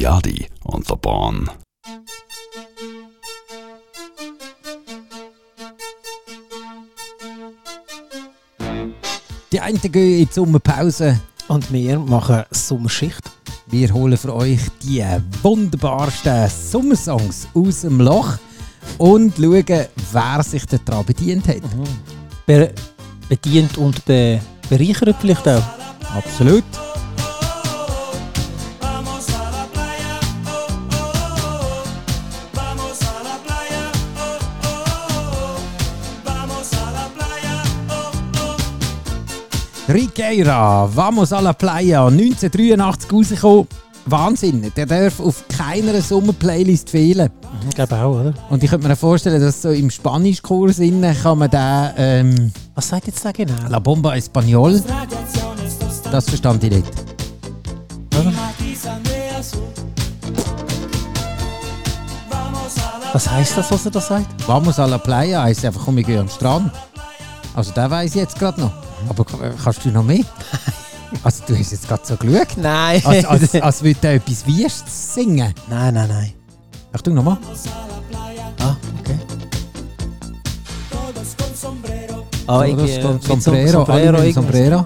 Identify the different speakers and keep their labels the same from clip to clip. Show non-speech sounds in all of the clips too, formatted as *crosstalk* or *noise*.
Speaker 1: Yadi on the Born.
Speaker 2: Die einen gehen in die Sommerpause.
Speaker 3: Und wir machen Sommerschicht.
Speaker 2: Wir holen für euch die wunderbarsten Sommersongs aus dem Loch und schauen, wer sich daran bedient hat.
Speaker 3: Be bedient und be bereichert vielleicht auch.
Speaker 2: Absolut. Riqueira, Vamos a la Playa, 1983 rausgekommen. Wahnsinn, der darf auf keiner Sommerplaylist fehlen.
Speaker 3: Mhm, Ich glaube auch, oder?
Speaker 2: Und ich könnte mir auch vorstellen, dass so im Spanischkurs innen kann man den ähm,
Speaker 3: Was sagt jetzt da genau?
Speaker 2: La Bomba Español, das verstand ich nicht.
Speaker 3: Was heisst das, was er da sagt?
Speaker 2: Vamos a la Playa heisst Ah, einfach, komm, wir gehen am Strand. Also den weiss ich jetzt gerade noch. Aber äh, kannst du noch
Speaker 3: *laughs*
Speaker 2: mehr? Also du hast jetzt gerade so geschaut.
Speaker 3: Nein.
Speaker 2: Als,
Speaker 3: *laughs*
Speaker 2: als,
Speaker 3: ah.
Speaker 2: als würde der etwas Wiestes singen.
Speaker 3: nein, nein, nein.
Speaker 2: Achtung, nochmal.
Speaker 3: Ah, okay. Ah, irgendwie,
Speaker 2: Todos
Speaker 3: äh,
Speaker 2: con
Speaker 3: mit so-
Speaker 2: Sombrero, Ah, alle mit dem
Speaker 3: irgendwie.
Speaker 2: Sombrero.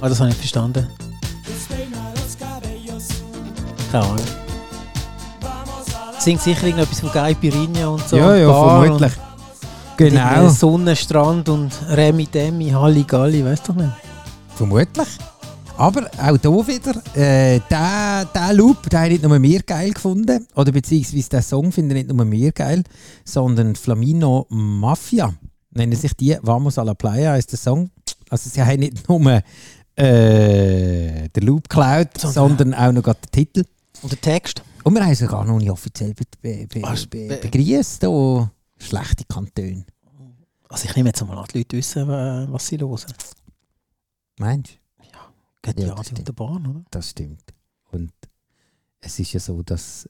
Speaker 3: Ah, das habe ich nicht verstanden. Keine Ahnung. Singt sicher irgendetwas von Guy Pirinha und so.
Speaker 2: ja,
Speaker 3: und
Speaker 2: ja,
Speaker 3: Bar
Speaker 2: vermutlich.
Speaker 3: Und genau.
Speaker 2: Genau,
Speaker 3: Sonne, Strand und Remi Demi, Halligalli, weißt du nicht?
Speaker 2: vermutlich. Aber auch hier wieder, äh, der, der Loop, den haben nicht nur mir geil gefunden, oder beziehungsweise den Song finden nicht nur mir geil, sondern Flamino Mafia nennen sich die. Vamos a la Playa ist der Song. Also sie haben nicht nur äh, den Loop geklaut, sondern,
Speaker 3: Sondern-
Speaker 2: auch noch gerade den Titel.
Speaker 3: Und der Text?
Speaker 2: Und wir haben sogar noch nicht offiziell be be be
Speaker 3: Was?
Speaker 2: be begrüßt. Oh, schlechte Kantone.
Speaker 3: Also ich nehme jetzt mal an, die Leute wissen, äh, was sie hören.
Speaker 2: Meinst du?
Speaker 3: Geht
Speaker 2: Ja,
Speaker 3: ja,
Speaker 2: das
Speaker 3: Radio
Speaker 2: stimmt.
Speaker 3: und der Bahn, oder?
Speaker 2: Das stimmt. Und es ist ja so, dass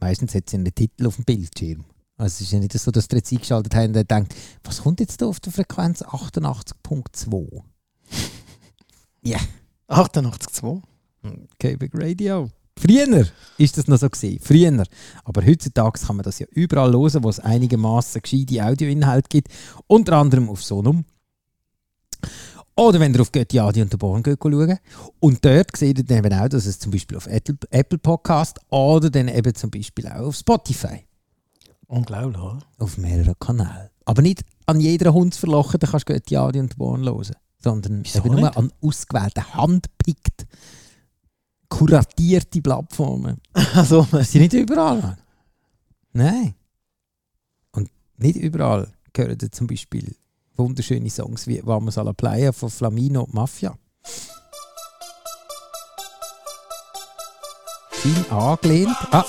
Speaker 2: meistens hat sie einen Titel auf dem Bildschirm. Also es ist ja nicht so, dass die jetzt eingeschaltet haben und denkt, was kommt jetzt da auf der Frequenz 88.2?
Speaker 3: 88.2. Hm.
Speaker 2: Quebec Radio. Früher ist das noch so gewesen. Früher. Aber heutzutage kann man das ja überall hören, wo es einigermaßen gescheite Audioinhalte gibt. Unter anderem auf Sonum. Oder wenn ihr auf Götti Adi und der Born geht schaut. Und dort seht ihr dann eben auch, dass es zum Beispiel auf Apple, Apple Podcast oder dann eben zum Beispiel auch auf Spotify.
Speaker 3: Unglaublich, oder?
Speaker 2: *laughs* Auf mehreren Kanälen. Aber nicht an jeder Hund zu verlochen, dann kannst du Götti Adi und der Born hören. Sondern
Speaker 3: Wieso
Speaker 2: eben nur
Speaker 3: nicht?
Speaker 2: an ausgewählten, handpickt, kuratierte Plattformen.
Speaker 3: Also,
Speaker 2: Das sind nicht überall. Mann. Nein. Und nicht überall gehören da zum Beispiel wunderschöne Songs wie Vamos a la Playa von Flamino und Mafia. Fein angelehnt. Ah.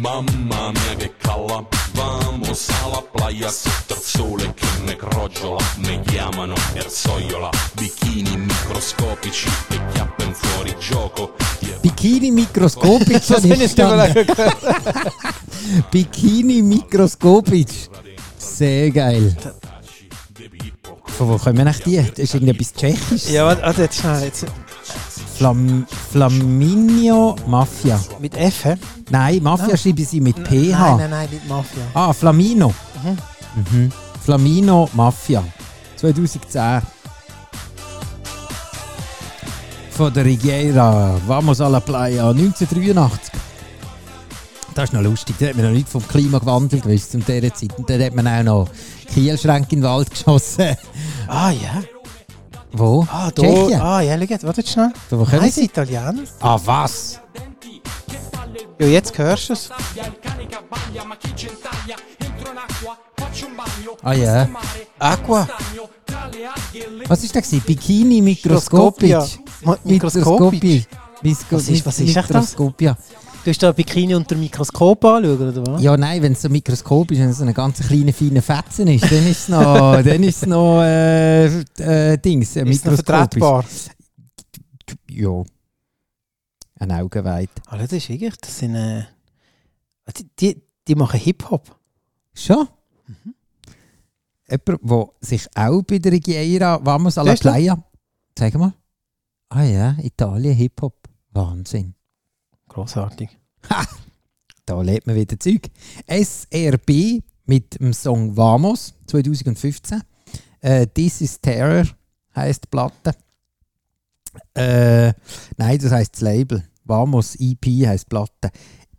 Speaker 4: Mamma mia che calla, vamos alla playa sotto il sole che ne croggiola, mi chiamano Erzoiola, bikini microscopici e chiappe in fuori gioco. Yeah.
Speaker 2: Bikini
Speaker 3: *laughs*
Speaker 2: mikroskopisch. das
Speaker 3: bin ich
Speaker 2: Bikini mikroskopisch. Sehr geil. Von wo kommen eigentlich die? Das ist irgendetwas Tschechisches.
Speaker 3: Ja, warte, warte, jetzt schnell. Jetzt.
Speaker 2: Flam Flaminio Mafia.
Speaker 3: Mit F, hä?
Speaker 2: Nein, Mafia schreibe ich sie mit PH.
Speaker 3: Nein, nein, nein, mit Mafia.
Speaker 2: Ah, Flamino. Mhm. Flamino Mafia. 2010. Von der Rigiera. Vamos a la Playa. 1983. Das ist noch lustig. Da hat man noch nicht vom Klimawandel gewusst zu dieser Zeit. Und dann hat man auch noch Kielschränke in den Wald *laughs* geschossen.
Speaker 3: Ah, ja.
Speaker 2: Wo?
Speaker 3: Ah, da.
Speaker 2: Tschechien.
Speaker 3: Ah, ja, schau jetzt, warte jetzt schnell.
Speaker 2: Da, wo kommen
Speaker 3: Heiß
Speaker 2: sie?
Speaker 3: Italiener.
Speaker 2: Ah, was?
Speaker 3: Ja, jetzt hörst du es.
Speaker 2: Ah ja.
Speaker 3: Aqua.
Speaker 2: Was ist das? gewesen? Bikini mikroskopisch.
Speaker 3: Mikroskopia. Ma- Mikroskopisch.
Speaker 2: Mikroskopisch.
Speaker 3: Was ist- was ist echt das?
Speaker 2: Mikroskopia.
Speaker 3: Du Gehst du da Bikini unter dem Mikroskop anschauen, oder was?
Speaker 2: Ja, nein, wenn es so mikroskopisch, wenn es so eine ganz kleine, feine Fetzen ist, dann ist es
Speaker 3: *laughs*
Speaker 2: noch, dann ist es noch äh, äh, Dings, äh,
Speaker 3: Ist noch
Speaker 2: mikroskopisch.
Speaker 3: vertretbar.
Speaker 2: Ja. Ein Auge weit.
Speaker 3: Alter, Ah, das ist wirklich, das sind, äh, die, die, die machen Hip-Hop.
Speaker 2: Schon?
Speaker 3: Mhm.
Speaker 2: Jemand, der sich auch bei der Rigiera Vamos alla
Speaker 3: Siehst du?
Speaker 2: Playa. Sag mal. Ah ja, Italien, Hip-Hop. Wahnsinn.
Speaker 3: Grossartig.
Speaker 2: Da lädt man wieder Zeug. SRB mit dem Song Vamos 2015. Äh, This is Terror heisst die Platte. Äh, nein, das heisst das Label. Vamos EP heisst die Platte.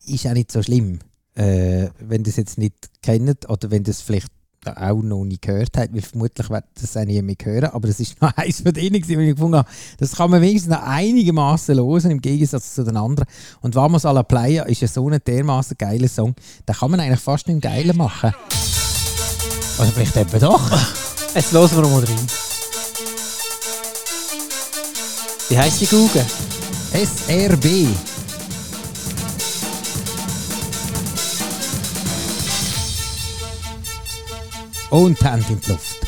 Speaker 2: Ist auch nicht so schlimm. Äh, wenn ihr das jetzt nicht kennt oder wenn ihr das vielleicht auch noch nie gehört habt, weil vermutlich werdet ihr das auch nie mehr hören, aber das ist *laughs* noch eins von denen, gewesen, wo ich gefunden habe, das kann man wenigstens noch einigermaßen hören, im Gegensatz zu den anderen. Und Vamos a la Playa ist ja so ein dermaßen geiler Song, den kann man eigentlich fast nicht geiler machen. Oder vielleicht eben doch.
Speaker 3: Jetzt hören wir mal rein. Wie heisst die Google?
Speaker 2: SRB. Und die Hände in die Luft.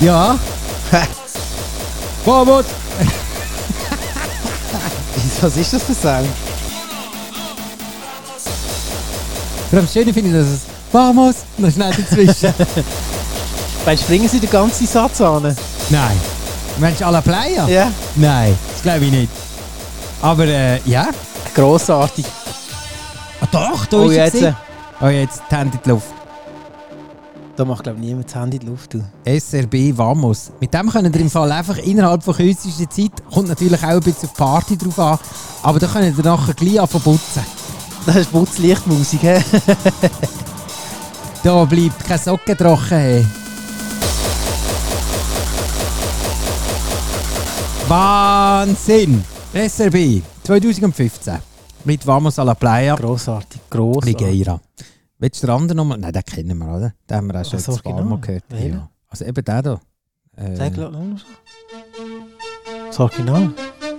Speaker 2: Ja. Vamos.
Speaker 3: *laughs* Was ist das für Sound?
Speaker 2: Vor allem das Schöne finde ich, dass es Vamos noch schnell *laughs* dazwischen.
Speaker 3: Dann springen sie den ganzen Satz an.
Speaker 2: Nein. Mensch, à la Playa?
Speaker 3: Ja.
Speaker 2: Nein, das glaube ich nicht. Aber äh, ja.
Speaker 3: Grossartig.
Speaker 2: Ah, doch, da
Speaker 3: Oh,
Speaker 2: ist
Speaker 3: jetzt.
Speaker 2: er.
Speaker 3: äh,
Speaker 2: gewesen. Oh, jetzt die Hände in die Luft.
Speaker 3: Da macht, glaube ich, niemand das Handy in die Luft. Du.
Speaker 2: SRB Vamos. Mit dem können ihr im Fall einfach innerhalb von kürzester Zeit, kommt natürlich auch ein bisschen auf die Party drauf an, aber da könnt ihr nachher gleich anfangen zu putzen.
Speaker 3: Das ist Putzlichtmusik, hä?
Speaker 2: Da bleibt keine Socke trocken. Hey. Wahnsinn! SRB 2015 mit Vamos a la Playa
Speaker 3: *laughs* Grossartig, grossartig.
Speaker 2: Rigeira. Willst du den anderen nochmal? Nein, den kennen wir, oder? Den haben wir auch schon
Speaker 3: Ach so,
Speaker 2: ein paar
Speaker 3: genau.
Speaker 2: Mal gehört.
Speaker 3: Welchen?
Speaker 2: Ja. Also eben der da. Äh,
Speaker 3: Sag lass mal so. Sag genau. Ja,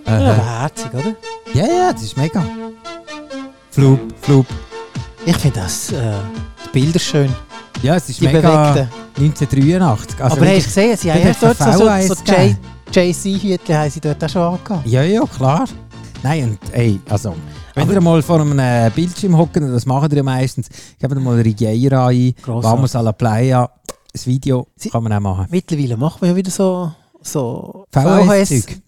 Speaker 2: äh,
Speaker 3: aber herzig, oder?
Speaker 2: ja, ja, das ist mega. Flup, flup.
Speaker 3: Ich finde das, äh, die Bilder schön.
Speaker 2: Ja, es ist
Speaker 3: Die
Speaker 2: mega.
Speaker 3: bewegten.
Speaker 2: 1983. Also
Speaker 3: aber hast du
Speaker 2: wirklich-
Speaker 3: gesehen, sie haben
Speaker 2: dort
Speaker 3: ja dort so,
Speaker 2: VHS
Speaker 3: so, so J-
Speaker 2: gegeben.
Speaker 3: JC-Hütchen haben sie dort auch schon angehabt.
Speaker 2: Ja, ja, klar. Nein, und ey, also, wenn ihr mal vor einem äh, Bildschirm hocken, das machen ihr ja meistens, gebt ihr mal Rigiera ein,
Speaker 3: Grossartig.
Speaker 2: Vamos a la Playa, das Video
Speaker 3: Sie-
Speaker 2: kann man auch machen.
Speaker 3: Mittlerweile macht man ja wieder so, so
Speaker 2: VHS-Zeug.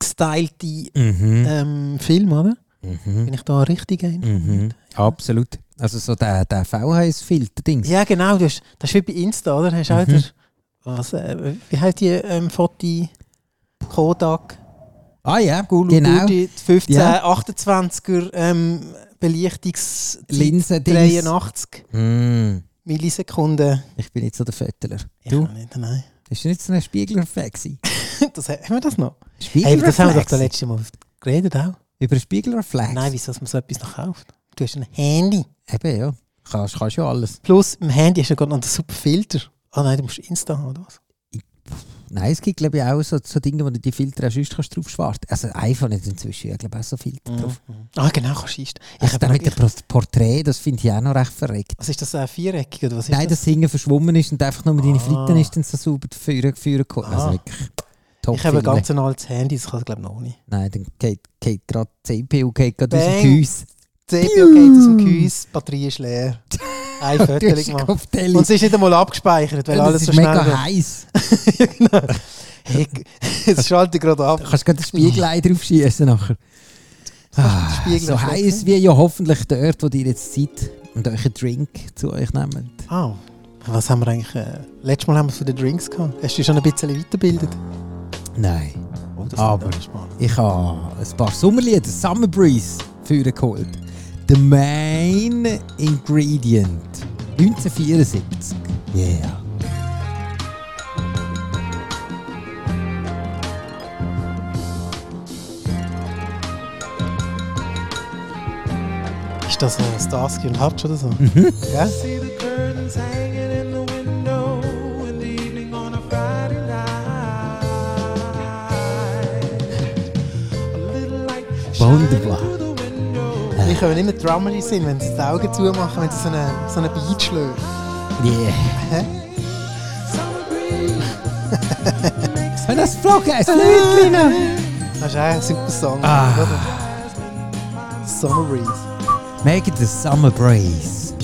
Speaker 3: gestylte
Speaker 2: Mhm,
Speaker 3: ähm, Filme, oder?
Speaker 2: mhm,
Speaker 3: Bin ich da richtig ein?
Speaker 2: mhm, absolut. Also so der, der VHS-Filter-Dings.
Speaker 3: Ja, genau. Du hast, das ist wie bei Insta, oder? Hast
Speaker 2: Mhm.
Speaker 3: auch der, was, äh, wie heißt die ähm, Foti Kodak?
Speaker 2: Ah ja,
Speaker 3: Gulu
Speaker 2: Genau.
Speaker 3: Gudi, die 15,
Speaker 2: Ja.
Speaker 3: 28er ähm, Belichtungs
Speaker 2: Linsendings.
Speaker 3: 83
Speaker 2: Mm,
Speaker 3: Millisekunden.
Speaker 2: ich bin nicht so der Fötteler.
Speaker 3: Ich
Speaker 2: Du,
Speaker 3: kann nicht, nein. *laughs*
Speaker 2: hast du nicht so ein Spiegelreflex? gewesen?
Speaker 3: Das, haben wir das noch? Hey, aber das haben wir doch
Speaker 2: Spiegelreflex?
Speaker 3: das letzte Mal geredet auch.
Speaker 2: Über Spiegelreflex?
Speaker 3: Nein, wieso dass man so etwas noch kauft? Du hast ein Handy.
Speaker 2: Eben, ja. Kannst, kannst ja alles.
Speaker 3: Plus, im Handy hast du ja gerade noch einen super Filter. Ah nein, du musst Insta haben, oder was?
Speaker 2: Nein, es gibt glaube ich auch so, so Dinge, wo du die Filter auch sonst kannst drauf schwarz. Also iPhone hat inzwischen ja, glaube ich, auch so Filter drauf.
Speaker 3: Ah, genau, kannst du Insta. Ich
Speaker 2: Also
Speaker 3: hab
Speaker 2: dann
Speaker 3: noch-
Speaker 2: mit dem
Speaker 3: ich-
Speaker 2: Pro- Porträt, das finde ich auch noch recht verreckt.
Speaker 3: was ist das, äh, viereckig oder was ist
Speaker 2: Nein,
Speaker 3: das?
Speaker 2: das Hingen verschwommen ist und einfach nur mit deinen
Speaker 3: Ah.
Speaker 2: Flitten ist dann so sauber führen gekommen. Also
Speaker 3: Ah.
Speaker 2: wirklich top
Speaker 3: Ich habe ein
Speaker 2: Filme.
Speaker 3: ganz ein altes Handy, das kann ich glaube ich noch nicht.
Speaker 2: Nein, dann geht, geht gerade die CPU geht gerade aus dem *laughs*
Speaker 3: Bang.
Speaker 2: Gehäuse.
Speaker 3: CPU geht aus dem Gehäuse, die Batterie
Speaker 2: *laughs*
Speaker 3: ist leer. Ein
Speaker 2: Und du
Speaker 3: Viertel
Speaker 2: hast den
Speaker 3: gemacht.
Speaker 2: Kopf Telly.
Speaker 3: Und es ist nicht einmal abgespeichert, weil
Speaker 2: Ja,
Speaker 3: alles
Speaker 2: Das
Speaker 3: so
Speaker 2: ist
Speaker 3: schnell *laughs*
Speaker 2: mega heiß.
Speaker 3: geht. Ja, genau. Hey, g- Jetzt schalte ich gerade ab.
Speaker 2: Da kannst du gerade den
Speaker 3: *laughs*
Speaker 2: Spiegelei drauf schießen nachher. Ah,
Speaker 3: Spiegel
Speaker 2: so
Speaker 3: ist weg,
Speaker 2: heiß wie ja hoffentlich dort, wo ihr jetzt seid und euch einen Drink zu euch nehmt.
Speaker 3: Ah, was haben wir eigentlich... Äh, letztes Mal haben wir es von den Drinks gehabt. Hast du dich schon ein bisschen weitergebildet?
Speaker 2: Nein.
Speaker 3: Oh, das
Speaker 2: Aber-
Speaker 3: wird spannend.
Speaker 2: Ich habe ein paar Sommerlieder, Summer Breeze, für geholt. The Main Ingredient. 1974. Yeah.
Speaker 3: Ist das äh, Starsky und Hutch oder so?
Speaker 2: Mhm.
Speaker 3: Gell?
Speaker 5: See the curtains hanging in the window in the evening on a Friday night. A little light shining
Speaker 2: Wunderbar.
Speaker 5: through the window.
Speaker 3: Wir können immer drummery sein, wenn sie die Augen zumachen, wenn sie so einen so eine Beat schlagen.
Speaker 2: Yeah.
Speaker 5: Summer breeze
Speaker 2: Wenn das Flocken, ein Flötchen.
Speaker 3: Das ist eigentlich ein super Song.
Speaker 2: Ah.
Speaker 3: Oder? Summer Breeze.
Speaker 2: Make it a summer breeze.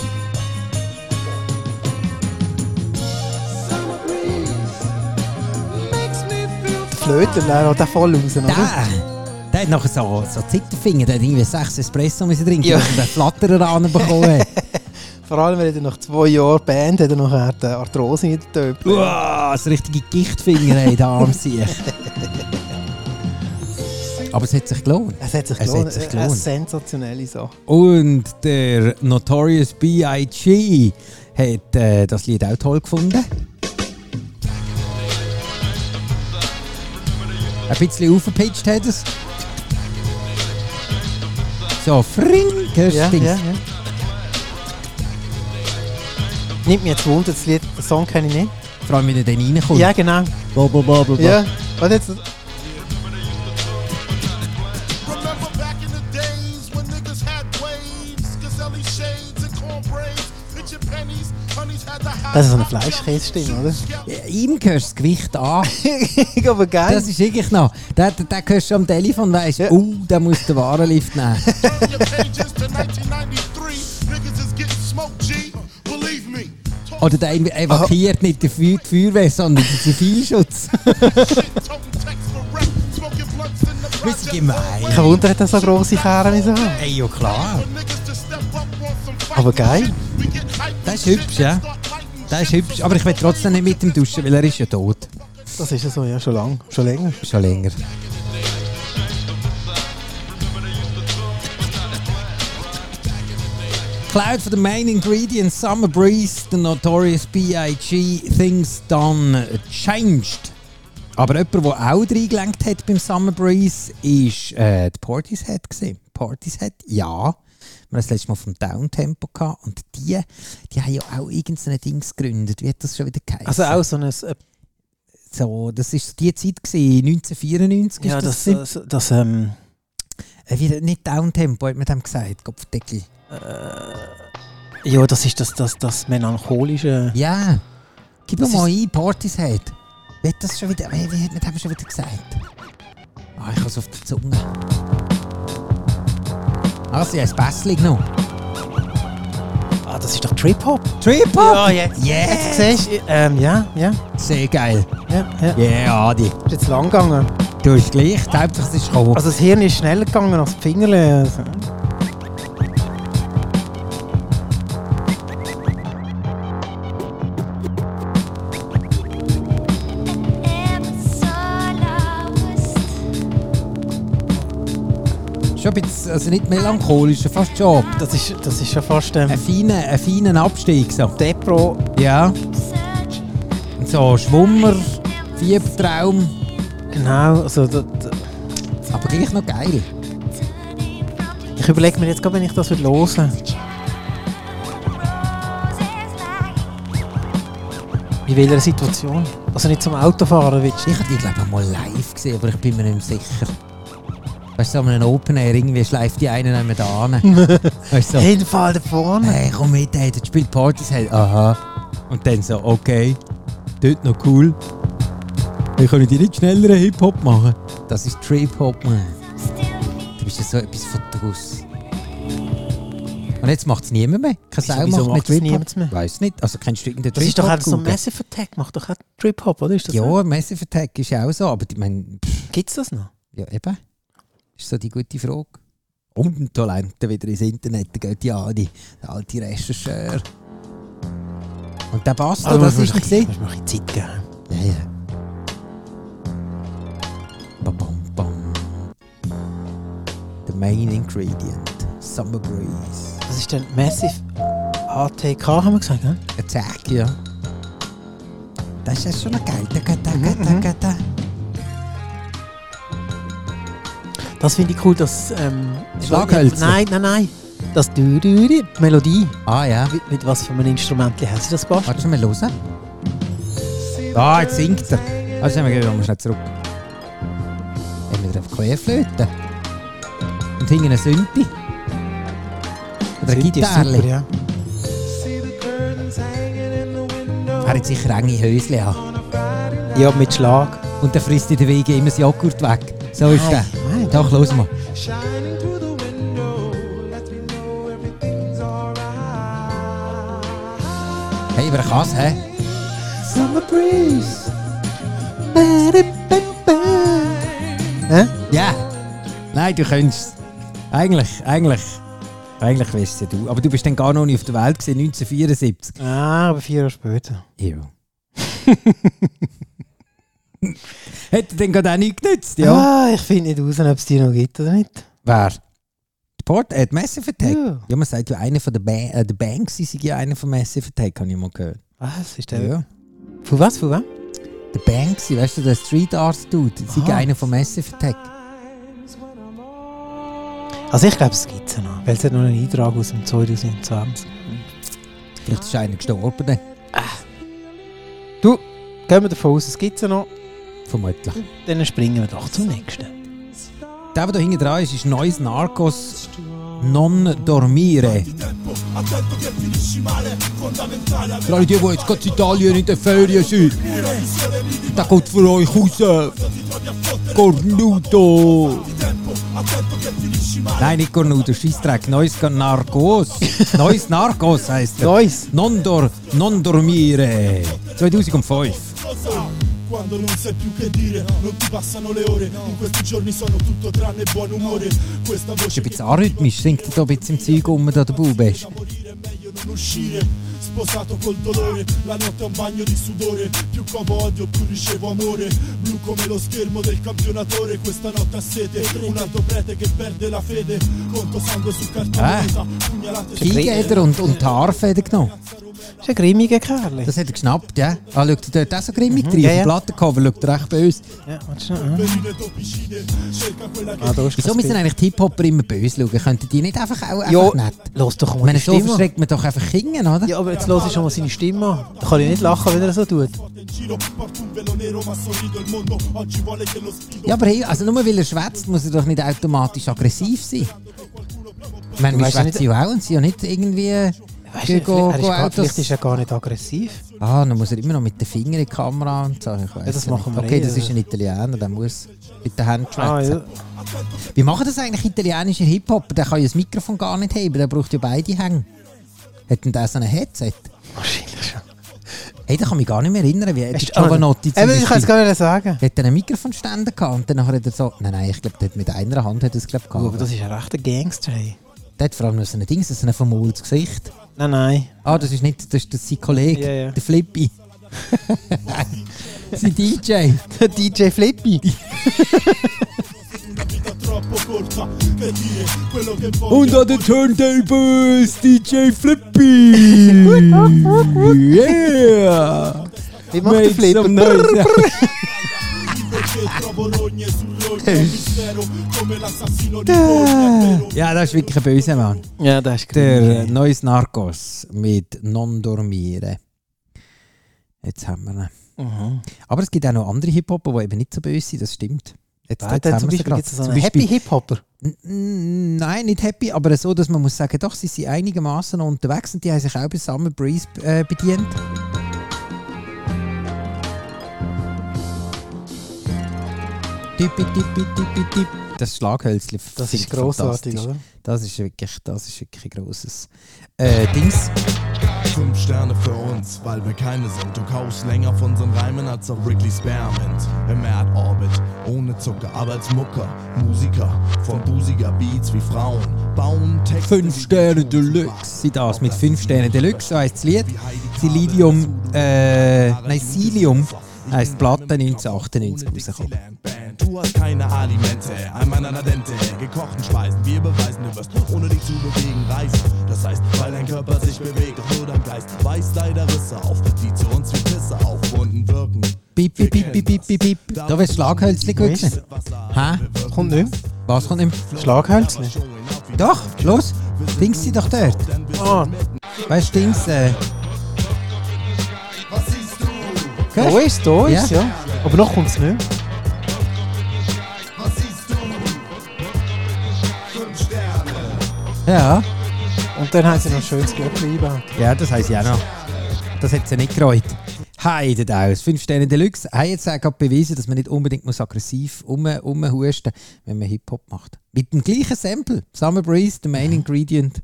Speaker 5: makes me feel
Speaker 3: Die Flöte lernt da voll raus, oder?
Speaker 2: Der, der hat nachher so, so Zitterfinger, der hat irgendwie sechs Espresso müssen trinken,
Speaker 3: Ja.
Speaker 2: ja. den Flatterer anbekommen.
Speaker 3: Vor allem, wenn er nach zwei Jahren Band hat, er nachher die Arthrose in der Töpfe.
Speaker 2: Uah, das richtige Gichtfinger in der Arm
Speaker 3: *laughs*
Speaker 2: sich. Aber es hat sich gelohnt.
Speaker 3: Es hat sich
Speaker 2: Es hat
Speaker 3: gelohnt.
Speaker 2: sich
Speaker 3: Äh,
Speaker 2: gelohnt.
Speaker 3: Eine sensationelle Sache.
Speaker 2: Und der Notorious B.I.G. hat äh, das Lied auch toll gefunden. Ein bisschen aufgepitcht hat es. So, fring, hörst du
Speaker 3: Ja,
Speaker 2: das Ding?
Speaker 3: ja, ja. Nimmt mir jetzt Wunder, das Lied, den Song kenne ich nicht.
Speaker 2: Vor allem, wenn er dann reinkommt.
Speaker 3: Ja, genau.
Speaker 2: Bla, bla, bla, bla, bla.
Speaker 3: Ja. Was jetzt? *laughs*
Speaker 6: Remember back in the days when niggas had waves, gazelle shades and cornbraids, pitcher pennies, honeys had the high.
Speaker 3: Das ist so eine Fleischkäse-Stimme, oder?
Speaker 2: Ja, Ihm hörst du das Gewicht
Speaker 3: *laughs*
Speaker 2: an.
Speaker 3: ich aber geil.
Speaker 2: Das ist wirklich noch. Der, der, der hörst du am Telefon und weisst,
Speaker 3: Ja.
Speaker 2: oh, der muss den Warenlift nehmen.
Speaker 6: Turn your pages *laughs* to 1993. Niggas is getting smoked, G. Believe me. Talk
Speaker 2: Oder der *laughs* ev- evakuiert nicht die, Feu die Feuerwehr, sondern den Zivilschutz.
Speaker 6: Oh, shit, toting texts for rap, smoking blunts in the
Speaker 2: Wir sind gemein.
Speaker 6: project.
Speaker 3: Kein Wunder, hat er so grosse Karren wie so.
Speaker 2: Ey, ja klar.
Speaker 6: For niggas to step up on some fight
Speaker 3: Aber geil.
Speaker 6: shit. We get hype
Speaker 2: Das ist
Speaker 6: and
Speaker 2: hübsch,
Speaker 6: shit
Speaker 2: ja.
Speaker 6: and start lighting
Speaker 2: Der ist
Speaker 6: shit
Speaker 2: hübsch,
Speaker 6: for
Speaker 2: aber ich will trotzdem nicht mit ihm duschen, weil er ist ja tot.
Speaker 3: Das ist ja so, ja, schon lang. Schon länger.
Speaker 2: Schon länger. Cloud for the main ingredient, Summer Breeze, the Notorious B.I.G., Things Done Changed. Aber jemand, der auch reingelenkt hat beim Summer Breeze, ist äh, die Portishead gesehen. Portishead, ja. Wir haben das letzte Mal vom Downtempo gehabt und die, die haben ja auch irgendein Dings gegründet. Wie hat das schon wieder geheißen?
Speaker 3: Also auch so ein. äh,
Speaker 2: so, das war so die Zeit, gewesen, 1994
Speaker 3: Ja,
Speaker 2: ist
Speaker 3: das.
Speaker 2: das.
Speaker 3: das, das,
Speaker 2: um,
Speaker 3: ähm,
Speaker 2: äh, wieder nicht Downtempo, hat man dem gesagt, Kopfdeckel.
Speaker 3: ja, das ist das, das, das melancholische.
Speaker 2: Ja, gib mir
Speaker 3: Das
Speaker 2: mal ein, Portishead. Wie hat das schon wieder, wie, wie hat man dem schon wieder gesagt? Ah, ich habe es auf der Zunge. Also, ja, das Bässli genommen.
Speaker 3: Ah, das ist doch Trip-Hop.
Speaker 2: Trip-Hop!
Speaker 3: Ja, jetzt. Jetzt
Speaker 2: Yeah!
Speaker 3: siehst du, ähm, ja, ja,
Speaker 2: Sehr geil.
Speaker 3: ja, ja.
Speaker 2: Yeah, Adi.
Speaker 3: Ist jetzt lang gegangen.
Speaker 2: Du hast gleich, hauptsächlich es ist gekommen.
Speaker 3: Also das Hirn ist schneller gegangen als die Fingerle. Also.
Speaker 2: schon ein bisschen, also nicht melancholisch, fast schon.
Speaker 3: Das ist, das ist schon fast ähm,
Speaker 2: Ein feiner, ein feiner Abstieg. So.
Speaker 3: Depro.
Speaker 2: Ja. So, Schwummer, Fiebtraum,
Speaker 3: Genau, also da, da,
Speaker 2: aber gleich noch geil.
Speaker 3: ich überlege mir jetzt gerade, wenn ich das hören würde. In welcher Situation? Also nicht zum Autofahren willst du?
Speaker 2: Ich habe die, glaube ich, mal live gesehen, aber ich bin mir nicht mehr sicher. Weißt du, so an einem Open Air, irgendwie schleift die einen einmal da
Speaker 3: *laughs*
Speaker 2: an. Weißt du, so,
Speaker 3: Jeden Fall da vorne.
Speaker 2: hey, komm mit, hey, dort spielt Partys, hey, aha. Und dann so, okay, dort noch cool. Dann kann ich dir nicht schneller Hip-Hop machen. Das ist Trip-Hop, man. Du bist ja so etwas von draus. Und jetzt macht es niemand mehr. Kein
Speaker 3: Wieso-
Speaker 2: Sau
Speaker 3: wieso
Speaker 2: macht mehr
Speaker 3: macht's
Speaker 2: Trip-Hop.
Speaker 3: niemand mehr?
Speaker 2: Weiss nicht. Also kennst du irgendeinen
Speaker 3: Das ist doch auch
Speaker 2: Trip-Hop?
Speaker 3: so ein
Speaker 2: Google?
Speaker 3: Massive Attack, macht doch auch Trip-Hop, oder? Ist das
Speaker 2: Ja, Massive Attack ist ja auch so, aber ich meine, pff,
Speaker 3: Gibt es das noch?
Speaker 2: ja eben. Ist so die gute Frage. Und ein Talente wieder ins Internet, da geht ja die der alte Rechercheur. Und der Bastard,
Speaker 3: Also, Ah,
Speaker 2: Ah, das ist gesehen.
Speaker 3: Muss mir ein bisschen Zeit geben.
Speaker 2: Ja, ja. Bam, bam, bam. The main ingredient. Summer breeze.
Speaker 3: Das ist dann Massive ATK, haben wir gesagt, ne?
Speaker 2: Attack, ja. Das ist ja schon noch geil. Da, da, da, da, da.
Speaker 3: Das finde ich cool, dass... Ähm,
Speaker 2: Schlaghölzer.
Speaker 3: Nein, nein, nein. Das du du du- die Melodie.
Speaker 2: Ah ja.
Speaker 3: Mit, mit was für einem Instrument haben Sie das gebastelt?
Speaker 2: Warte schon mal hören. Ah, jetzt singt er. Also, wir gehen mal schnell zurück. Haben wir drauf Querflöte? Und hinten eine Synthi? Oder eine
Speaker 3: Sind die super,
Speaker 2: Gitarre?
Speaker 3: ja.
Speaker 2: Er hat sicher enge Hösle an.
Speaker 3: ja, mit Schlag.
Speaker 2: Und dann frisst in der Wege immer das Joghurt weg. So ist
Speaker 3: Nein,
Speaker 2: der.
Speaker 3: nein.
Speaker 2: Doch, los mal.
Speaker 5: Shining through the window, let me know everything's alright.
Speaker 2: Hey, aber er kann es, hä?
Speaker 3: Summer Breeze. Ba, da, ba, ba. Hä?
Speaker 2: Ja. Nein, du könntest. Eigentlich, eigentlich. Eigentlich weißt ja du. Aber du bist dann gar noch nicht auf der Welt gewesen, 1974.
Speaker 3: Ah, aber vier Jahre später.
Speaker 2: Ja. *laughs* Hätte dann gerade auch nichts genützt, ja?
Speaker 3: Ja, ah, ich finde nicht raus, ob es die noch gibt oder nicht.
Speaker 2: Wer? Die Port äh, die Massive Attack? Ja.
Speaker 3: Ja.
Speaker 2: man sagt ja, einer von der, ba äh, der Banks ist ja einer von Massive Attack, habe ich mal gehört.
Speaker 3: Was ist
Speaker 2: Ja.
Speaker 3: der? Von was, von wem?
Speaker 2: Der Banks, weißt du, der Street Art Dude, das ist
Speaker 3: Ah.
Speaker 2: einer von Massive Attack.
Speaker 3: Also ich glaube, es gibt es noch. Weil es hat noch einen Eintrag aus dem 2020.
Speaker 2: Vielleicht ist einer gestorben, dann,
Speaker 3: Du, gehen wir davon aus, es gibt es noch.
Speaker 2: vermutlich.
Speaker 3: Dann springen wir doch zum nächsten.
Speaker 2: Der, der da hinten dran ist, ist neues Narcos Non Dormire. Für alle die, die jetzt gerade in Italien in der Ferien sind, der geht für euch raus. Cornuto. Nein, nicht Cornuto, Scheissdreck. Neues Narcos. Neues Narcos heisst er.
Speaker 3: Neues.
Speaker 2: Non, dor, non Dormire. 2005.
Speaker 6: Quando non sai più che dire, non ti passano le ore. In questi giorni sono tutto tranne buon umore. Questa voce
Speaker 2: Ist ein bisschen arrhythmisch, singt er da ein bisschen im Zeug um, da der Bube ist.
Speaker 6: morire, meglio non uscire. Sposato col dolore, la notte è un bagno di sudore. Più covo odio, più ricevo amore. Blu come lo schermo del campionatore. Questa notte ha sete, un alto prete che perde la fede. Conto sangue su cartoneta, pugnalate su
Speaker 2: Geige hat er und, und die Harfe hat er genommen.
Speaker 3: Das ist ein grimmiger Kerl.
Speaker 2: Das hat er geschnappt, ja. Ah, schaut er dort auch so grimmig drin?
Speaker 3: Mhm. ja,
Speaker 2: Auf dem
Speaker 3: ja.
Speaker 2: Plattencover schaut er echt böse.
Speaker 3: Ja, warte schnell. ah.
Speaker 6: perine topicide. Cerca quella che
Speaker 3: Ah, da ist
Speaker 2: Wieso
Speaker 3: kein
Speaker 2: müssen
Speaker 3: Bild.
Speaker 2: eigentlich die Hip-Hopper immer böse schauen? Könnten die nicht einfach auch einfach
Speaker 3: Ja,
Speaker 2: nett?
Speaker 3: los doch
Speaker 2: Ich
Speaker 3: mal
Speaker 2: meine,
Speaker 3: die
Speaker 2: so
Speaker 3: Stimme.
Speaker 2: verschreckt man doch einfach Kinder, oder?
Speaker 3: Ja, aber jetzt los ich schon mal seine Stimme an. Da kann ich nicht lachen, wenn er so tut.
Speaker 6: porta in giro. Porto un velo nero, ma sorrido il mondo. Oggi vuole che lo sfido.
Speaker 2: Ja, aber hey, also nur weil er schwätzt, muss er doch nicht automatisch aggressiv sein. Ich meine, wir
Speaker 3: Weißt du
Speaker 2: schwätzen ja auch und sind ja nicht irgendwie...
Speaker 3: Weißt
Speaker 2: Geh-
Speaker 3: du,
Speaker 2: go-
Speaker 3: vielleicht, er ist
Speaker 2: go
Speaker 3: gar,
Speaker 2: Autos.
Speaker 3: vielleicht ist er gar nicht aggressiv.
Speaker 2: Ah, dann muss er immer noch mit den Fingern in die Kamera und so. Ich weiss
Speaker 3: das
Speaker 2: nicht.
Speaker 3: machen wir
Speaker 2: Okay,
Speaker 3: eh,
Speaker 2: das
Speaker 3: also.
Speaker 2: ist ein Italiener, der muss mit den Händen schwätzen.
Speaker 3: Ah, ja.
Speaker 2: Wie machen das eigentlich italienischer Hip-Hop? Der kann ja das Mikrofon gar nicht heben, der braucht ja beide Hänge. Hat denn der so ein Headset?
Speaker 3: Wahrscheinlich schon.
Speaker 2: Hey, da kann ich mich gar nicht mehr erinnern, wie der
Speaker 3: Hast du-
Speaker 2: Giovanotti zum
Speaker 3: Eben, ich kann es
Speaker 2: Beispiel...
Speaker 3: gar nicht sagen.
Speaker 2: Hat er einen Mikrofonständer gehabt und dann nachher hat er so... Nein, nein, ich glaube, der hat mit einer Hand hat er es, glaube ich,
Speaker 3: Oh, aber
Speaker 2: gehabt.
Speaker 3: das ist ein rechter Gangster. Hey.
Speaker 2: Der hat vor allem noch so ein Ding, so ein vermoltes Gesicht.
Speaker 3: Nein, nein.
Speaker 2: Ah, das ist nicht... Das ist, das ist sein Kollege,
Speaker 3: Ja, ja.
Speaker 2: der
Speaker 3: *laughs*
Speaker 2: Flippy. *laughs* sein DJ.
Speaker 3: Der DJ Flippy.
Speaker 6: vita troppo corta. Che dire quello che voglio.
Speaker 2: Und an den Turntables DJ
Speaker 3: *laughs*
Speaker 2: Flippy! yeah!
Speaker 3: Wie macht der Flippy?
Speaker 6: Perché trovo rogne su rogne Un mistero come l'assassino di Bologna, è vero.
Speaker 2: Ja, das ist wirklich ein böser Mann.
Speaker 3: Ja, das ist
Speaker 2: Der äh,
Speaker 3: der,
Speaker 2: neues Narcos mit Non Dormire. Jetzt haben wir ihn.
Speaker 3: mhm.
Speaker 2: Aber es gibt auch noch andere Hip-Hopper, die eben nicht so böse sind, das stimmt. Jetzt,
Speaker 3: Ah, der zum
Speaker 2: wir sie
Speaker 3: Beispiel
Speaker 2: gerade.
Speaker 3: gibt es so
Speaker 2: Zum
Speaker 3: einen Happy Hip-Hopper.
Speaker 2: N- n- Nein, nicht happy, aber so, dass man muss sagen, doch, sie sind einigermaßen noch unterwegs und die haben sich auch bei Summer Breeze äh, bedient. Tippi, tippi, tippi, tipp. Das Schlaghölzchen.
Speaker 3: Das
Speaker 2: finde
Speaker 3: ist
Speaker 2: ich
Speaker 3: grossartig,
Speaker 2: fantastisch.
Speaker 3: oder?
Speaker 2: Das ist wirklich, das ist wirklich ein grosses äh, Dings.
Speaker 7: Fünf Sterne für uns, weil wir keine sind. Du kaufst länger von unseren Reimen als auf Wrigley Spearmint. Im Erdorbit, ohne Zucker, aber als Mucker, Musiker, von busiger Beats wie Frauen, bauen Texte.
Speaker 2: 5 Sterne Deluxe. Sie das mit 5 Sterne Deluxe, so heisst das Lied. Silidium, äh, nein, Silium heisst die Platte 1998 rausgekommen.
Speaker 7: Du hast keine Alimente, einmal an Dente, gekochten Speisen, wir beweisen, du wirst ohne dich zu bewegen reisen. Das heißt, weil dein Körper sich bewegt, doch nur dein Geist weist leider Risse auf, die zu uns wie Pisse auf Wunden wirken.
Speaker 2: Bip, bip, bip, bip, bip, bip, bip. Da wird Schlaghölzchen gut sein. Hä?
Speaker 3: Kommt nicht mehr.
Speaker 2: Was kommt im...
Speaker 3: Schlaghölzchen.
Speaker 2: Doch, los. Dings sie doch dort.
Speaker 3: Ah,
Speaker 2: Weißt du, Dings, äh, Gell?
Speaker 3: da ist, da ist,
Speaker 2: Ja.
Speaker 3: ja. Aber noch kommt es nicht.
Speaker 2: Ja.
Speaker 3: Und dann haben sie noch ein schönes Glöckchen eingebaut.
Speaker 2: Ja, das heisst ja auch noch. Das hat ja nicht gereut. Heidet aus. Fünf Sterne Deluxe. Haben jetzt auch gerade bewiesen, dass man nicht unbedingt muss aggressiv um, rumhusten muss, wenn man Hip-Hop macht. Mit dem gleichen Sample. Summer Breeze, the main ingredient.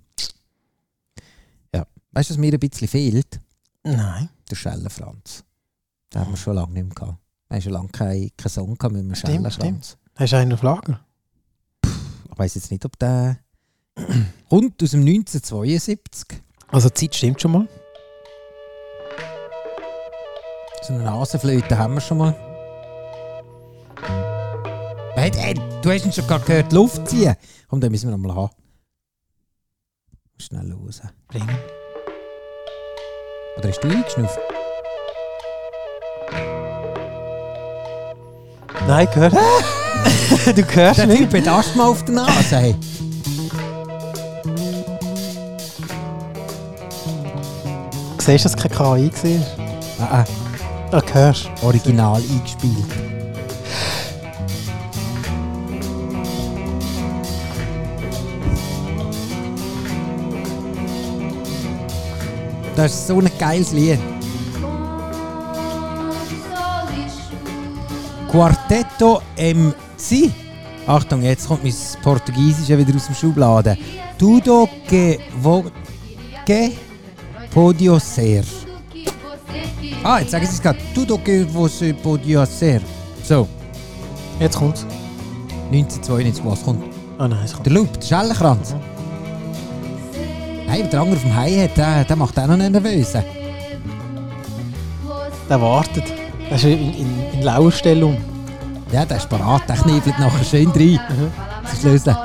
Speaker 2: Ja. Weißt du, was mir ein bisschen fehlt?
Speaker 3: Nein.
Speaker 2: Der Schellenfranz. Den haben wir schon lange nicht mehr gehabt. Wir haben schon lange keinen keinen Song gehabt mit dem
Speaker 3: Stimmt,
Speaker 2: Schellenfranz.
Speaker 3: Hast du einen auf Lager?
Speaker 2: Ich weiss jetzt nicht, ob der. *clears throat* Und aus dem 1972.
Speaker 3: Also die Zeit stimmt schon mal.
Speaker 2: So eine Nasenflöte haben wir schon mal. Hey, hey, du hast ihn schon gar gehört, Luft ziehen. Komm, den müssen wir nochmal haben. Schnell raus.
Speaker 3: Bring.
Speaker 2: Oder hast du eingeschnupft?
Speaker 3: Nein, *laughs* gehört. du hörst
Speaker 2: Der
Speaker 3: nicht.
Speaker 2: Typ hat Asthma auf der Nase. Hey.
Speaker 3: Du siehst, dass es kein KI war.
Speaker 2: Ah, ah,
Speaker 3: Ah, hörst.
Speaker 2: original eingespielt. Das ist so ein geiles Lied. Quartetto MC. Achtung, jetzt kommt mein Portugiesische wieder aus dem Schubladen. Tudo que vo que podio ser. Ah, jetzt sagen sie es gerade. Tudo que você podio ser. So,
Speaker 3: Jetzt kommt's.
Speaker 2: 1992, was kommt?
Speaker 3: Ah nein, es kommt.
Speaker 2: Der Loop, der Schellenkranz. Hey, der andere auf dem Hai hat, der, der macht auch noch einen nervösen.
Speaker 3: Der wartet. Der ist in, in, in Lauerstellung.
Speaker 2: Ja, der ist parat, der knebelt nachher schön rein. Das ist lösen.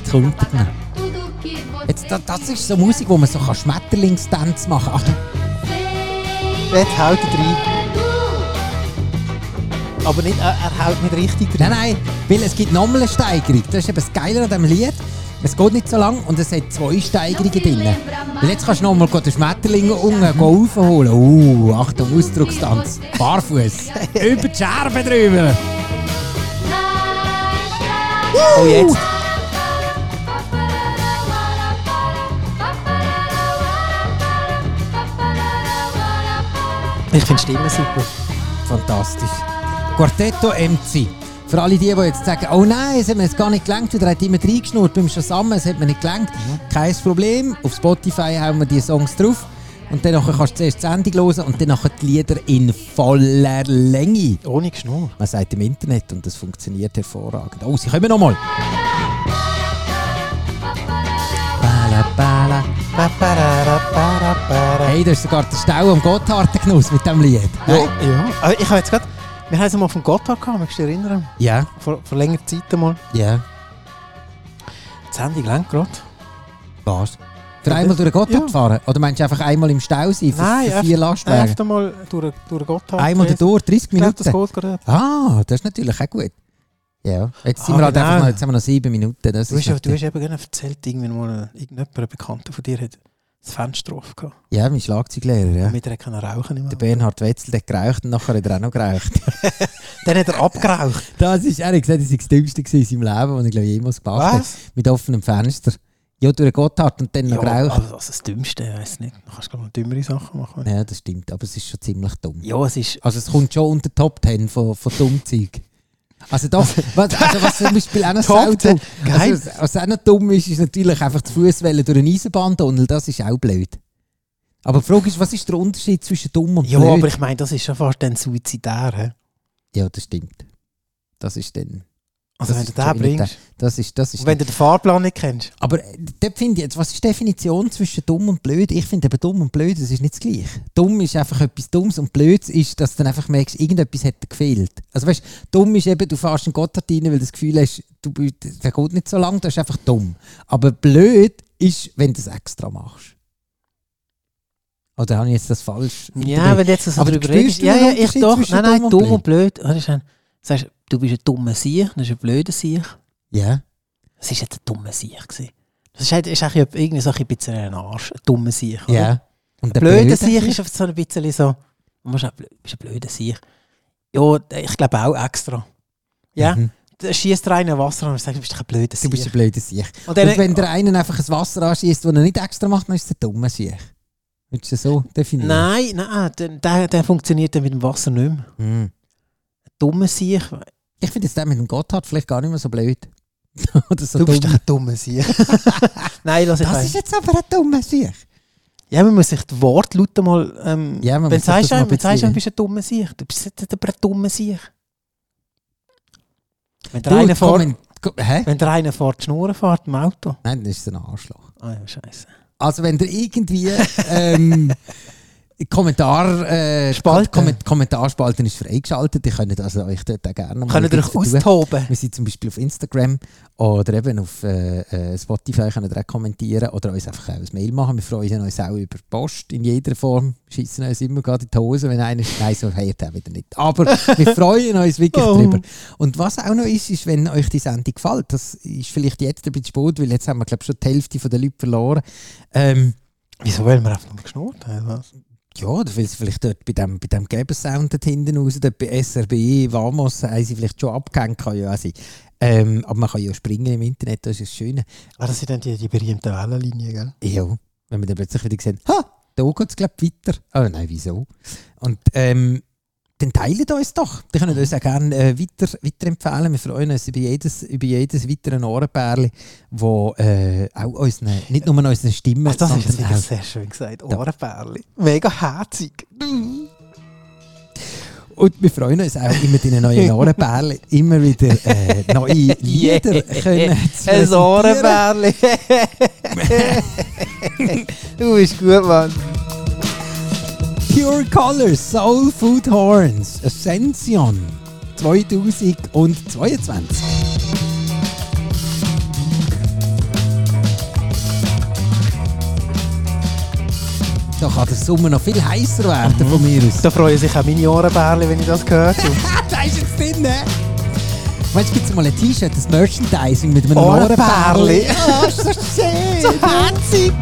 Speaker 2: Jetzt kommt er. dann. Jetzt, das, das ist so Musik, wo man so kann Schmetterlingstanz machen kann. Achtung,
Speaker 3: Jetzt haut er rein. Aber nicht, er, er haut nicht richtig rein.
Speaker 2: nein, nein, weil es gibt nochmal eine Steigerung. Das ist eben das Geile an diesem Lied. Es geht nicht so lang und es hat zwei Steigerungen drin. Weil jetzt kannst du nochmal den Schmetterling unten raufholen. Uh, Achtung, Ausdruckstanz. Barfuß. *laughs* Über die Scherbe drüber.
Speaker 3: Oh, jetzt. Ich finde die Stimme super.
Speaker 2: Fantastisch. Quartetto MC. Für alle die, die jetzt sagen, oh nein, es hat mir jetzt gar nicht gelangt, oder hat immer reingeschnurrt beim Shazam, es hat mir nicht gelangt. Kein Problem, auf Spotify haben wir die Songs drauf. Und dann nachher kannst du zuerst die Sendung hören und dann nachher die Lieder in voller Länge.
Speaker 3: Ohne Geschnur.
Speaker 2: Man sagt im Internet und das funktioniert hervorragend. Oh, sie kommen nochmal. Bala, bala.
Speaker 3: Ba-ba-ra-ra-ba-ra-ba-ra.
Speaker 2: Hey, da ist sogar der Stau am Gotthardengenuss mit diesem Lied.
Speaker 3: Ja. ja. Aber Ich habe jetzt gerade... Wir haben es mal vom Gotthard gehabt, möchtest du dich erinnern?
Speaker 2: Ja,
Speaker 3: Vor, vor längerer Zeit mal.
Speaker 2: ja.
Speaker 3: Das Handy gelangt gerade.
Speaker 2: Was? Für einmal durch den Gotthard
Speaker 3: Ja.
Speaker 2: fahren? Oder meinst du einfach einmal im Stau sein für,
Speaker 3: Nein,
Speaker 2: für vier Lastwagen?
Speaker 3: Öfter mal durch, durch den Gotthard.
Speaker 2: Einmal
Speaker 3: gelesen.
Speaker 2: dadurch, 30
Speaker 3: Ich glaube,
Speaker 2: Minuten?
Speaker 3: das geht gerade.
Speaker 2: ah, das ist natürlich auch gut. Ja, jetzt sind
Speaker 3: Ah,
Speaker 2: wir halt
Speaker 3: genau.
Speaker 2: einfach noch, jetzt haben wir noch sieben Minuten. Das
Speaker 3: Du hast,
Speaker 2: ist
Speaker 3: ja- du
Speaker 2: natürlich-
Speaker 3: hast eben gerne erzählt, irgendwann mal irgendjemand, ein Bekannter von dir, hat das Fenster offen gehabt.
Speaker 2: ja, mein Schlagzeuglehrer, ja.
Speaker 3: Damit er hat können rauchen
Speaker 2: Der
Speaker 3: konnte.
Speaker 2: Bernhard Wetzel der hat geraucht und nachher hat er auch noch
Speaker 3: *laughs*
Speaker 2: geraucht.
Speaker 3: Dann hat er abgeraucht.
Speaker 2: Das ist, er hat gesagt, das war das Dümmste gewesen in seinem Leben, was er glaube ich jemals gemacht hat.
Speaker 3: Was?
Speaker 2: Mit offenem Fenster. Ja, durch den Gotthard und dann noch
Speaker 3: also,
Speaker 2: geraucht.
Speaker 3: also das Dümmste, ich weiß nicht. Du kannst glaube ich noch dümmere Sachen machen.
Speaker 2: Ja, das stimmt, aber es ist schon ziemlich dumm.
Speaker 3: Ja, es ist...
Speaker 2: Also es kommt schon unter Top 10 von, von dumm Zeug. Also
Speaker 3: *laughs*
Speaker 2: doch, was, also was zum Beispiel auch noch
Speaker 3: Top
Speaker 2: selten,
Speaker 3: 10, geil.
Speaker 2: also, was auch noch dumm ist, ist natürlich einfach das Fußwellen durch eine Eisenbahntunnel, das ist auch blöd. Aber die Frage ist, was ist der Unterschied zwischen dumm und
Speaker 3: Ja,
Speaker 2: blöd?
Speaker 3: aber ich meine, das ist schon fast dann suizidär. He?
Speaker 2: ja, das stimmt. Das ist dann...
Speaker 3: Also
Speaker 2: das
Speaker 3: wenn du
Speaker 2: ist
Speaker 3: den
Speaker 2: schon
Speaker 3: bringst.
Speaker 2: nicht- Das ist... Das ist
Speaker 3: Und wenn du den Fahrplan nicht kennst.
Speaker 2: aber äh, dort finde ich jetzt, was ist die Definition zwischen dumm und blöd? Ich finde eben dumm und blöd, das ist nicht das Gleiche. Dumm ist einfach etwas Dummes und blöd ist, dass du dann einfach merkst, irgendetwas hat dir gefehlt. Also weißt dumm ist eben, du fährst einen Gotthard rein, weil du das Gefühl hast, du, bist- der geht nicht so lang, das ist einfach dumm. Aber blöd ist, wenn du es extra machst. Oder habe ich jetzt das falsch? interpretiert?
Speaker 3: wenn du jetzt so
Speaker 2: Aber spürst du
Speaker 3: Ja,
Speaker 2: den
Speaker 3: ja, ich
Speaker 2: Unterschied
Speaker 3: doch.
Speaker 2: zwischen
Speaker 3: Nein,
Speaker 2: dumm
Speaker 3: nein,
Speaker 2: und
Speaker 3: dumm und blöd. Oder ist ein, sagst, du bist ein dummer Sieg, das ist ein blöder Sieg.
Speaker 2: Ja.
Speaker 3: Es war jetzt ein dummer Sieg. gewesen. Das ist, halt, ist auch irgendwie so ein bisschen ein Arsch, ein dummer Sieg. oder?
Speaker 2: Und
Speaker 3: Der blöde Sieg ist oft so ein bisschen so, du musst auch blö- bist ein blöder Sieg. Ja, ich glaube auch extra. Ja,
Speaker 2: Mhm.
Speaker 3: da schießt rein Wasser und sagt, du bist doch ein blöder
Speaker 2: Du
Speaker 3: Sieg.
Speaker 2: bist ein blöder Sieg.
Speaker 3: und
Speaker 2: Und
Speaker 3: dann,
Speaker 2: wenn der einen einfach das Wasser anschießt, das er nicht extra macht, dann ist es ein dummer Sieg. Würdest du das so definieren?
Speaker 3: nein, nein, dann- der, der funktioniert dann mit dem Wasser nicht mehr.
Speaker 2: Hm.
Speaker 3: Dummer Sieg.
Speaker 2: Ich finde jetzt den mit dem Gotthard vielleicht gar nicht mehr so blöd. *laughs* Oder so
Speaker 3: Du bist doch
Speaker 2: dumm.
Speaker 3: ein dummer Sieg. *laughs* nein, lass ich
Speaker 2: Das ist jetzt aber ein dummer Sieg.
Speaker 3: Ja, man muss sich die Wortlaute mal. Ähm,
Speaker 2: Ja, man
Speaker 3: wenn
Speaker 2: muss
Speaker 3: du sagst,
Speaker 2: das mal
Speaker 3: einem, wenn du sagst,
Speaker 2: beziehen.
Speaker 3: einem, bist du ein dummer Sieg, du bist nicht aber ein dummer Sieg. Wenn der
Speaker 2: Du,
Speaker 3: eine
Speaker 2: komm
Speaker 3: fährt,
Speaker 2: in- komm- Hä?
Speaker 3: wenn der eine fährt, die Schnurren fährt im Auto.
Speaker 2: Nein, das ist ein Arschloch.
Speaker 3: Ah ja, Scheiße.
Speaker 2: Also wenn der
Speaker 3: *laughs*
Speaker 2: irgendwie ähm, Kommentar, äh,
Speaker 3: Spalten.
Speaker 2: Komment Kommentarspalten ist freigeschaltet, ich könnte also euch dort auch gerne mal
Speaker 3: Können ihr euch
Speaker 2: dazu tun.
Speaker 3: austoben?
Speaker 2: Wir sind zum Beispiel auf Instagram oder eben auf äh, äh, Spotify, können ihr auch kommentieren oder uns einfach auch ein Mail machen. Wir freuen uns auch über Post in jeder Form. Schießen uns immer gerade in die Hose, wenn einer Nein, so hört er wieder nicht. Aber wir freuen uns wirklich
Speaker 3: Oh.
Speaker 2: drüber. Und was auch noch ist, ist, wenn euch die Sendung gefällt, das ist vielleicht jetzt ein bisschen spät, weil jetzt haben wir, glaube ich, schon die Hälfte von den Leuten verloren. Ähm,
Speaker 3: Wieso wollen wir einfach nur geschnurrt haben? Was?
Speaker 2: ja, oder weil sie vielleicht dort bei dem, bei dem Gebersound dort hinten raus, dort bei SRB, Vamos, haben sie vielleicht schon abgehängt, kann ja auch sein. Ähm, aber man kann ja springen im Internet, das ist das Schöne.
Speaker 3: Ah, das sind dann die, die berühmten Wellenlinien, gell?
Speaker 2: Ja, wenn wir dann plötzlich wieder sehen, ha, da geht es glaube ich weiter. Oh nein, wieso? Und ähm, dann teilt uns doch. Die können uns auch gerne äh, weiter, weiterempfehlen. Wir freuen uns über jedes, über jedes weiteren Ohrenpärli, wo äh, auch unseren, nicht nur unseren Stimmen,
Speaker 3: Ach, das ist jetzt
Speaker 2: sondern
Speaker 3: wieder
Speaker 2: auch
Speaker 3: sehr schön gesagt. Ohrenperle. Mega herzig.
Speaker 2: Und wir freuen uns auch immer deine neuen Ohrenperlen, immer wieder äh, neue Lieder können zu
Speaker 3: *laughs* Ein
Speaker 2: präsentieren.
Speaker 3: Ohrenperle. *laughs* du bist gut, Mann.
Speaker 2: Pure Colors, Soul Food Horns, Ascension 2022. Da kann der Sommer noch viel heißer werden von mir aus.
Speaker 3: Da freuen sich auch meine Ohrenperle, wenn ich das höre.
Speaker 2: *laughs* da ist jetzt drin, ne? Weißt du, gibt es mal ein T-Shirt, das Merchandising mit einem
Speaker 3: Ohrenperli.
Speaker 2: Ohrenperli? Ja, ist so schön! so herzig!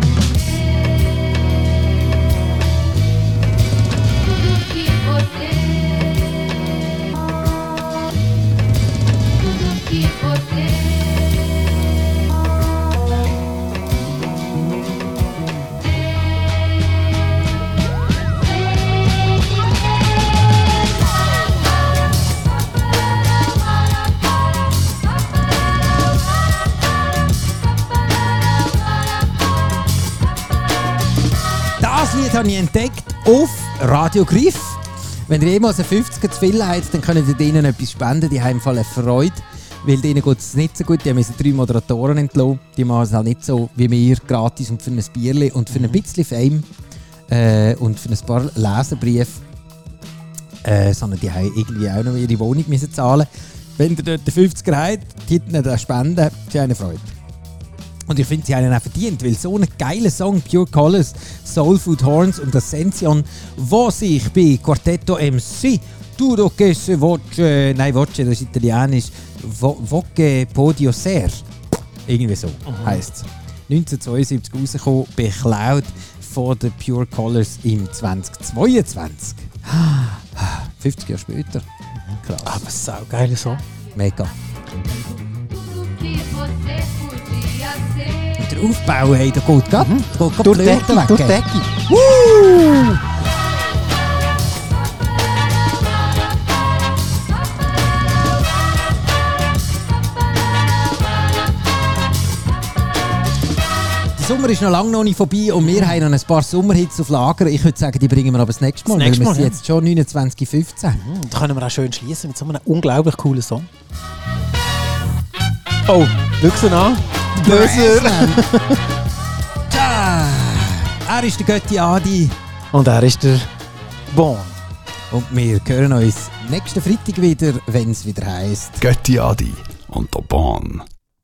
Speaker 2: Das Lied habe ich entdeckt auf Radio Griff. Wenn ihr jemals einen 50er zu viel habt, dann könnt ihr denen etwas spenden. Die haben im Fall eine Freude, weil denen geht es nicht so gut. Die haben unsere drei Moderatoren entlassen. Die machen es halt nicht so wie wir, gratis und für ein Bierli und für ein bisschen Fame äh, und für ein paar Leserbriefe. Äh, sondern die haben irgendwie auch noch ihre Wohnung müssen zahlen Wenn ihr dort einen 50er habt, gebt ihnen das Spenden. Sie haben eine Freude. Und ich finde, sie haben ihn auch verdient, weil so ein geiler Song, Pure Colors, Soul Food Horns und Ascension, wo sich bei Quartetto MC, Tutto che se voce, nein, voce, das ist italienisch, Vo- voce podio ser, irgendwie so heisst es. 1972 rausgekommen, beklaut von den Pure Colors im 2022. 50 Jahre später. Krass.
Speaker 3: Aber *laughs* saugeiler Song.
Speaker 2: Mega.
Speaker 8: Thank
Speaker 2: Der Aufbau, hey, der geht gerade. Mhm.
Speaker 3: Durch die Decke, durch die Decke.
Speaker 2: Der Sommer ist noch lange noch nicht vorbei und wir haben noch ein paar Sommerhits auf Lager. Ich würde sagen, die bringen wir aber das nächste Mal,
Speaker 3: Das
Speaker 2: weil
Speaker 3: nächste
Speaker 2: wir
Speaker 3: Mal,
Speaker 2: sind
Speaker 3: ja.
Speaker 2: jetzt schon 29.15.
Speaker 3: Und da können wir auch schön schließen mit so einem unglaublich coolen Song. Oh, schau an. Böser.
Speaker 2: Ah, er ist der Götti Adi
Speaker 3: Und er ist der Bon.
Speaker 2: und wir hören uns nächsten Freitag wieder, wenn es wieder heisst.
Speaker 1: Götti Adi und der Bahn.